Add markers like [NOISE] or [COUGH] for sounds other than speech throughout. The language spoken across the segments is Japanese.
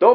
どう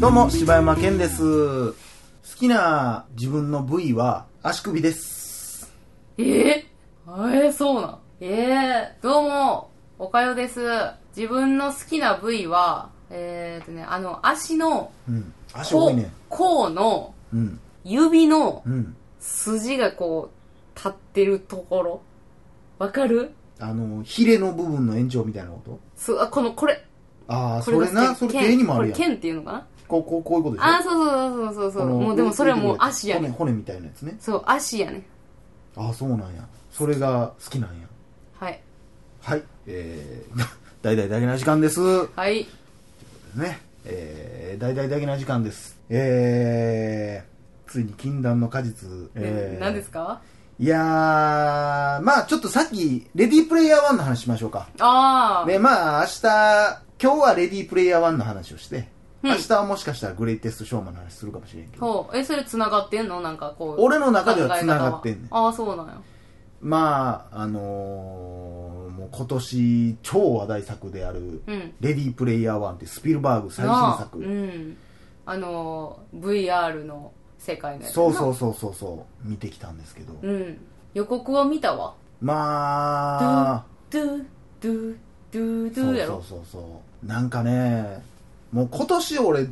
どうも、柴山健です。好きな自分の部位は足首です。ええそうなん。ええどうも、おかよです。自分の好きな部位は、えー、とね、あの、足の、うん。足こ多ういね。甲の、うん。指のうん。筋がこう、立ってるところ。わかるあの、ヒレの部分の延長みたいなことすあこの、これ、ああ、そこれがれな、そ剣れ手にもあるやん。これ、剣っていうのかなこう、こう、こういうことでしょあー、そうそうそうそうそう。このもうでもそれは上もうについ足てるやつね。骨、骨みたいなやつね。そう、足やね。ああ、そうなんや。それが好きなんや。はい。はい。えー、 [LAUGHS] 大々だけな時間です。はい。ね。えー、大々だけな時間です。えー、ついに禁断の果実。ええー、何ですかいやー、まあちょっとさっき、レディープレイヤー1の話しましょうか。あー。ね、まあ明日、今日はレディープレイヤー1の話をして、うん明日はもしかしたらグレイテストショーマンの話するかもしれんけど。ほうえそれ繋がってんのなんかこう俺の中では繋がってんねん考え方はああそうなんやまああのーもう今年超話題作であるうん「レディープレイヤー1」ってスピルバーグ最新作、なあうんあのー VR の世界のやつなそうそうそうそうそう見てきたんですけど、うん予告は見たわまあドゥドゥドゥドそうゥやそろうそうそうなんかねもう今年俺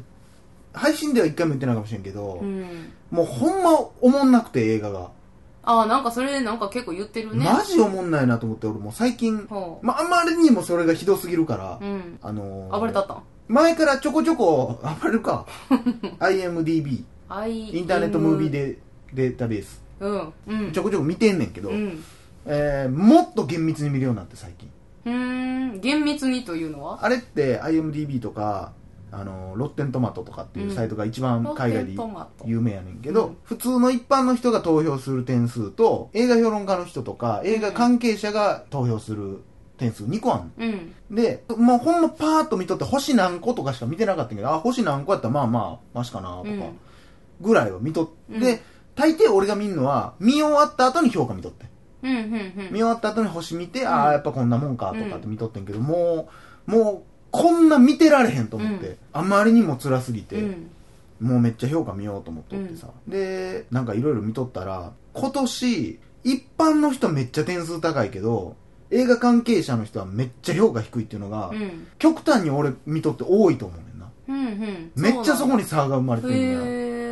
配信では一回も言ってないかもしれんけど、うんもうほんまおもんなくて映画が、ああなんかそれなんか結構言ってるねマジおもんないなと思って俺もう最近、ほうまああまりにもそれがひどすぎるから、うんあのー暴れたったん前からちょこちょこ暴れる [LAUGHS] か IMDB インターネットムービーデデータベースうんうんちょこちょこ見てんねんけど、うんえーもっと厳密に見るようになって最近うーん厳密にというのはあれって IMDB とかあのロッテントマトとかっていうサイトが一番うん海外でロッテントマト有名やねんけど、うん普通の一般の人が投票する点数と映画評論家の人とか映画関係者が投票する点数2個あんのうんで、もうほんまパーッと見とって星何個とかしか見てなかったけど、あ、星何個やったらまあまあ、マシかなとか、うんぐらいは見とって、うん大抵俺が見るのは、見終わった後に評価見とって。うんうん見終わった後に星見て、んああ、やっぱこんなもんかとかって見とってんけど、もう、もう、こんな見てられへんと思って、うんあまりにも辛すぎうて、んうんもうめっちゃ評価見ようと思っとってさ。で、なんかいろいろ見とったら、今年、一般の人めっちゃ点数高いけど、映画関係者の人はめっちゃ評価低いっていうのが、うん極端に俺見とって多いと思うねんなうんうんめっちゃそこにに差が生まれてるんだよへえ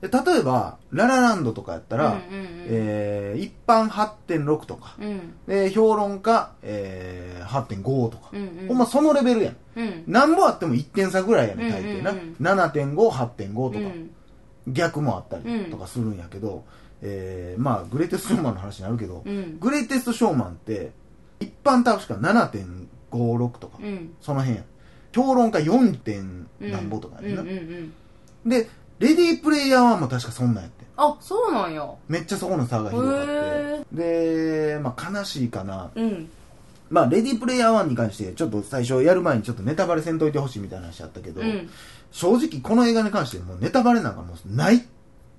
で例えば「ララランド」とかやったら、うんうんうんえー一般8.6とか、うんで評論家、えー8.5とか、うんうんほんまそのレベルやんうんなんぼあっても1点差ぐらいやねん大抵な、うんうんうん7.58.5とか、うん逆もあったりとかするんやけど、えーまあグレイテストショーマンの話になるけど、うんグレイテストショーマンって一般多分しか7.56とか、うんその辺や評論家4点なんぼとかやねんな、うんうんうんうんでレディープレイヤー1も確かそんなんやってあそうなんやめっちゃそこの差がひどかっへてで、まあ、悲しいかな、うんまあ、レディープレイヤー1に関してちょっと最初やる前にちょっとネタバレせんといてほしいみたいな話あったけど、うん正直この映画に関してもうネタバレなんかもうない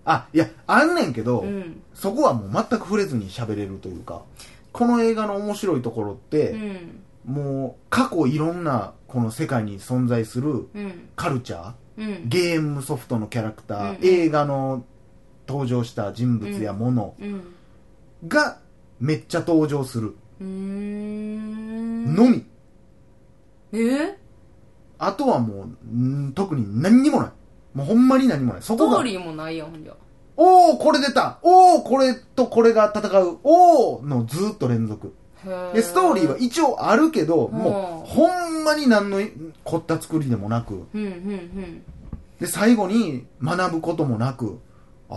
あいやあんねんけど、うんそこはもう全く触れずに喋れるというかこの映画の面白いところって、うんもう過去いろんなこの世界に存在するうんカルチャーうんゲームソフトのキャラクター、うん映画の登場した人物やものうんがめっちゃ登場するうーんのみ、えあとはもうん特に何にもないもうほんまに何もないそストこーがリーもないやんほんじゃおおこれ出たおおこれとこれが戦うおおのずーっと連続へでストーリーは一応あるけどうんもうほんまに何の凝った作りでもなくうんうんで最後に学ぶこともなくあ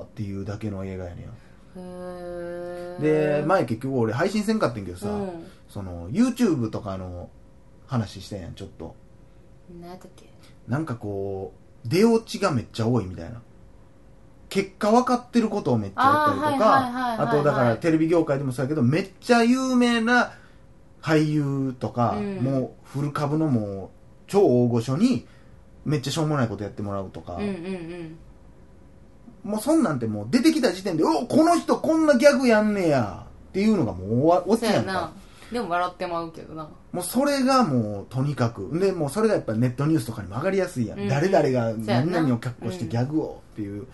ーっていうだけの映画やねへん。えで、前結局俺配信せんかってんけどさ、うんその、YouTube とかの話してんやん、ちょっと。何やったっけなんかこう、出落ちがめっちゃ多いみたいな。結果分かってることをめっちゃやったりとあーはいはいはいはいか、はいあとだからテレビ業界でもそうやけど、めっちゃ有名な俳優とか、うんもうフル株のもう超大御所に、めっちゃしょうもないことやってもらうとか、うんうんうんもうそんなんてもう出てきた時点で、おこの人こんなギャグやんねやっていうのがもう終わ落そちやうやんかな。でも笑ってまうけどなもうそれがもうとにかく。で、もうそれがやっぱネットニュースとかにも上がりやすいやん。うん誰々がそうやな何々を脚光してギャグをっていう。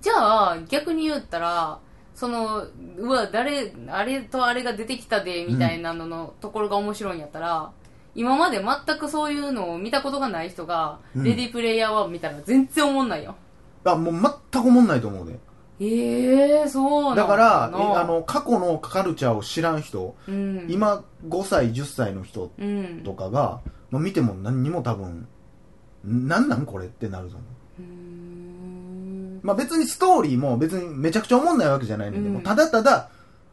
じゃあ逆に言ったらそのうわ誰あれとあれが出てきたでみたいなののところが面白いんやったら、今まで全くそういうのを見たことがない人が、うんレディープレイヤー1見たら全然思んないよあ、もう全く思んないと思うで。ええそうなんだから、なえあ、の、過去のカルチャーを知らん人、うん、今5歳、10歳の人うんとかが、もう見ても何にも多分、んなんなんこれってなると思う。うーんまあ別にストーリーも別にめちゃくちゃ思んないわけじゃないので、うんもうただただ、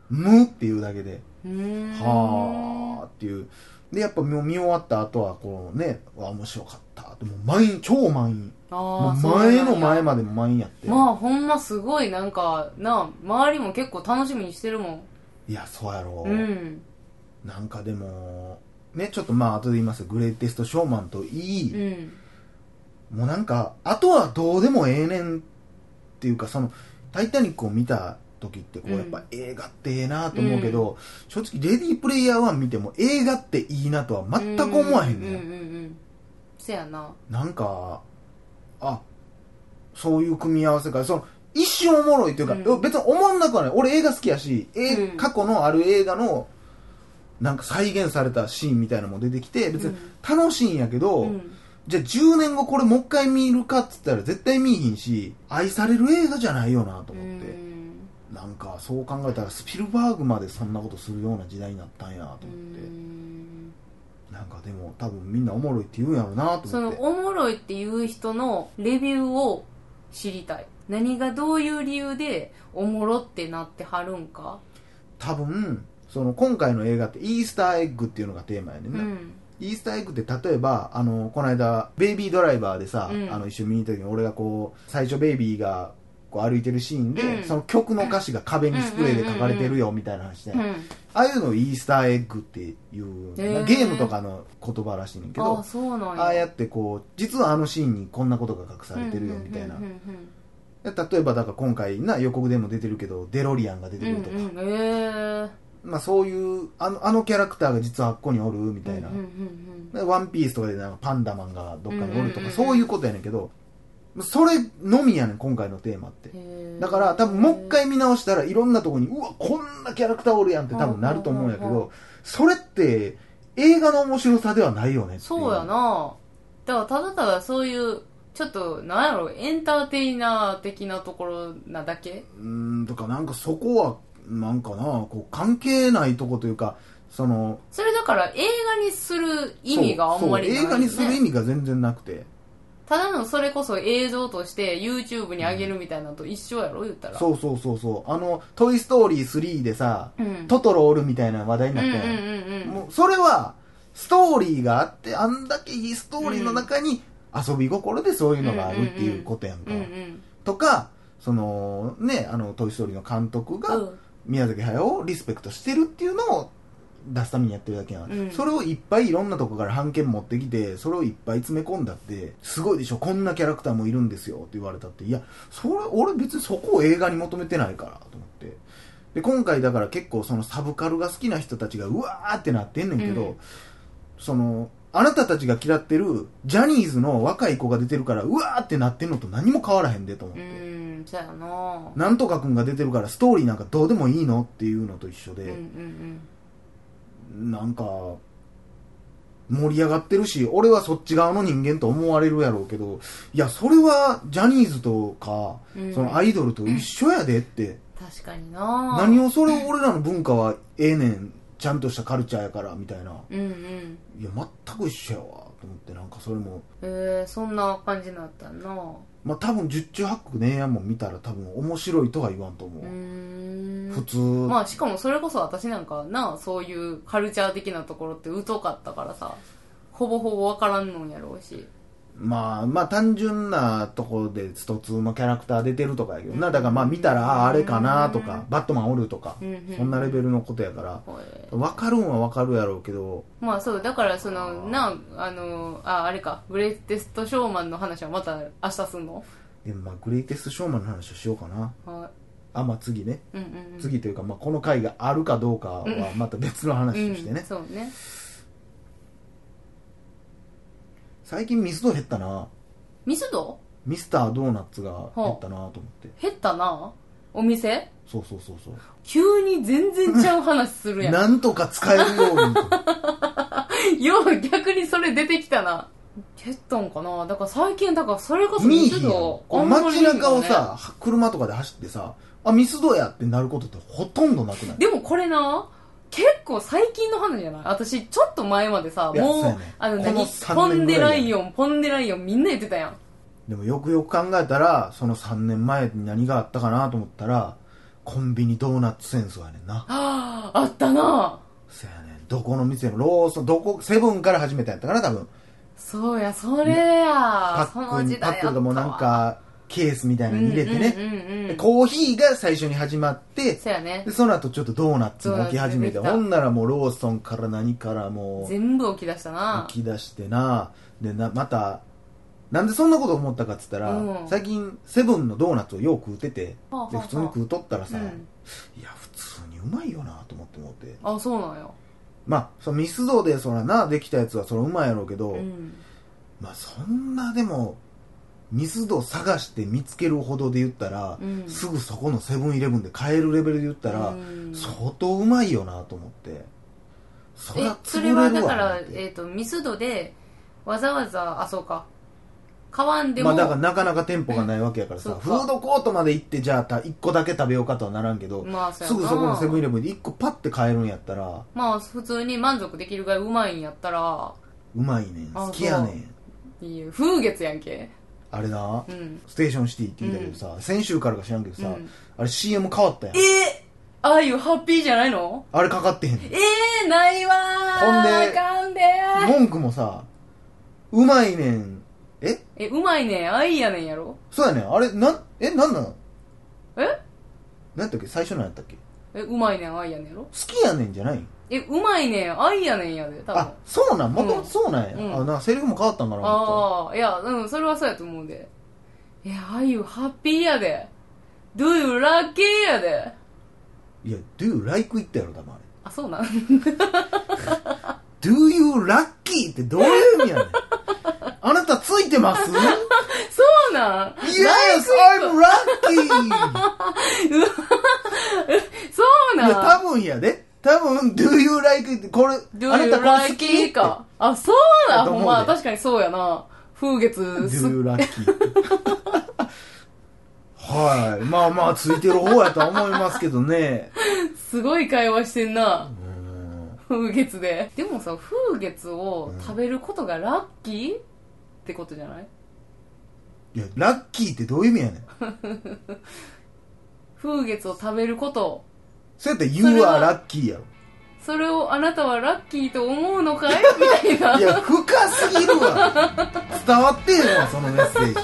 無っていうだけで、うーんはーっていう。で、やっぱもう見終わった後は、こうね、わ面白かったって。もう満員、超満員。もあうー前の前ままでも満員やって。まあほんますごいなんかな周りも結構楽しみにしてるもんいや、そうやろ。うんなんかでも、ね、ちょっとまあ後で言いますグレイテストショーマンといい、うんもうなんか、あとはどうでもええねんっていうか、その、タイタニックを見た時って、こう、うんやっぱ映画ってええなと思うけど、正直、レディープレイヤー1見ても映画っていいなとは全く思わへんねうんん。うんうんせやななんか、あ、そういう組み合わせか、その、一瞬おもろいというか、うん別におもんなくはない。俺映画好きやし、えうん過去のある映画の、なんか再現されたシーンみたいなのも出てきて、別に楽しいんやけど、うんじゃあ10年後これもう一回見るかっつったら絶対見いひんし、愛される映画じゃないよなとう思って。んなんか、そう考えたらスピルバーグまでそんなことするような時代になったんやとう思って。んなんかでも多分みんなおもろいって言うんやろうなとそ思って。のおもろいっていう人のレビューを知りたい何がどういう理由でおもろってなってはるんか多分その今回の映画ってイースターエッグっていうのがテーマやねんうな、んイースターエッグって例えばあのこの間ベイビードライバーでさ、うんあの一緒に見に行った時に俺がこう最初ベイビーがこう歩いてるシーンで、うんその曲の歌詞が壁にスプレーで書かれてるよみたいな話で、うあんあいうのをイースターエッグっていう、へーゲームとかの言葉らしいねんけああどそうなんやああやってこう実はあのシーンにこんなことが隠されてるよみたいな、うんうんうんうんで例えばだから今回な予告でも出てるけどデロリアンが出てくるとか、うんうん、えまあ、そういうあのあのキャラクターが実はあっこにおるみえたいな、うんうんうんでワンピースとかでなんかパンダマンがどっかにおるとか、うんうんうんそういうことやねんけどそれのみやねん今回のテーマってうん、だから多分もう一回見直したらいろんなとこにうわこんなキャラクターおるやんって多分なると思うんやけうんうんうんうどそれって映画の面白さではないよねっていそうやなだからただただそういうちょっとなんやろエンターテイナー的なところなだけうーんとかなんかそこはなんかなこう関係ないとこというかそのそれだから映画にする意味があんまりない、そうね、そう映画にする意味が全然なくてただのそれこそ映像として YouTube に上げるみたいなのと一緒やろ言ったらそうそうそうそうあの「トイ・ストーリー3」でさ、うんトトロおるみたいな話題にうなんっうんたやんうんうんもうそれはストーリーがあってあんだけいいストーリーの中に遊び心でそういうのがあるっていうことやんか、うんうんとかそのねあの「トイ・ストーリー」の監督うがん宮崎駿をリスペクトしてるっていうのを出すためにやってるだけやん、うんそれをいっぱいいろんなとこから版権持ってきてそれをいっぱい詰め込んだってすごいでしょこんなキャラクターもいるんですよって言われたっていやそれ俺別にそこを映画に求めてないからと思ってで今回だから結構そのサブカルが好きな人たちがうわーってなってんねんけど、うんそのあなたたちが嫌ってるジャニーズの若い子が出てるからうわーってなってんのと何も変わらへんでと思っうて、んそうやななんとかくんが出てるからストーリーなんかどうでもいいのっていうのと一緒うんうで、んなんか盛り上がってるし俺はそっち側の人間と思われるやろうけどいやそれはジャニーズとか、うんそのアイドルと一緒やでって、うん確かにな何をそれを俺らの文化はええねんちゃんとしたカルチャーやからみたいなうんうんいや全く一緒やわと思ってなんかそれもえー、そんな感じになったなまあ多分十中八九ねえやんもん見たら多分面白いとは言わんと思うーう、ん普通、まあしかもそれこそ私なんかなそういうカルチャー的なところって疎かったからさほぼほぼわからんのんやろうしまあまあ単純なところでスト2のキャラクター出てるとかやけどなだからまあ見たらあああれかなとか、うバットマンおるとか、うんうんそんなレベルのことやからほえ分かるんは分かるやろうけどまあそうだからそのあーなあのああれかグレイテストショーマンの話はまた明日すんのでもまあグレイテストショーマンの話をしようかなはあまあ次ねいうんうんうん次というか、まあ、この回があるかどうかはまた別の話としてね、うん、そうね最近ミスド減ったな密度ミスタードーナツが減ったなと思って減ったなお店そうそうそうそう急に全然ちゃう話するやんなんとか使えるようにとよう逆にそれ出てきたな減ったんかなだから最近だからそれこそ見えへ密んやんこ度うあんまり街いいよね中をさ車とかで走ってさあミスドやってなることってほとんどなくないでもこれな結構最近の話じゃない私ちょっと前までさいやもうそうやねあのこの何3ポン年ぐデらラいやねイオンポンデライオンみんな言ってたやんでもよくよく考えたらその3年前に何があったかなと思ったらコンビニドーナツ戦争やねんなあああったなそやねんどこの店もローソンどこセブンから始めたんやったかな多分そうやそれやパそックのに時パ代ックとかもうなんあっかケースみたたいわなのに入れてうね、んうんうんうんコーヒーが最初に始まってそうやねでその後ちょっとドーナツも起き始めてドーナツほ出てきたんならもうローソンから何からもう全部起き出したな起き出してなでなまたなんでそんなこと思ったかっつったら、うん最近セブンのドーナツをよう食うててはあはあではあ普通に食うとったらさ、うんいや普通にうまいよなと思って思ってあそうなんやまあそのミスドでそらなできたやつはそれうまいやろうけど、うんまあそんなでもミスド探して見つけるほどで言ったら、うんすぐそこのセブンイレブンで買えるレベルで言ったら、うん相当うまいよなと思ってそりえゃそ潰れはれだるかわならってえっ、とミスドでわざわざあそうか買わんでまも、あだからなかなか店舗がないわけやからさうんフードコートまで行ってじゃあた1個だけ食べようかとはならんけど、まあうやすなぐそこのセブンイレブンで1個パッて買えるんやったらまあ普通に満足できるぐらいうまいんやったらうまいねんあ好きやねんいいよ風月やんけあれな、うんステーションシティって言うたけどさ、先週からか知らんけどさ、うんあれ CM 変わったやんえああいうハッピーじゃないのあれかかってへんねんええないわーほんであかんでー文句もさうまいねんええうまいねんあいやねんやろそうやねんあれなんえなんなんえなんやったっけ最初なんやったっけ好えうまいねんあいやねんやろきやねんじゃないんえうまいねんあいやねんやで多分あそうなんもともとそうなんや、うんあなセリフも変わったんかな思ったああいやうんそれはそうやと思うでえああいうハッピーやで Do you lucky やでいや、do you like it やろ、多分あれ。あそうなん [LAUGHS] do you lucky ってどういう意味やね [LAUGHS] ん。あなたついてますそうなん ?Yes, I'm lucky! そいうや、な多ん分やで。多分、do you like it ってこれ、 Do あな you たこれ好き lucky かあそうだなんと思ほうんでま確かにそうやな風って。月 do す you lucky? はい。まあまあ、ついてる方やとは思いますけどね。すごい会話してんなうーん。風月ででもさ風月を食べることがラッキーってことじゃないいや、ラッキーってどういう意味やねん。風月を食べることそうやったら、そ you れ are は lucky やろ。それをあなたはラッキーと思うのかいみたいないや深すぎるわ伝わってへんわそのメッセージ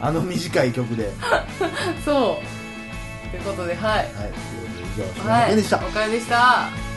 あの短い曲ではいそう。ということで、はい。ということで以上「しはまい。でしたおかえりでした。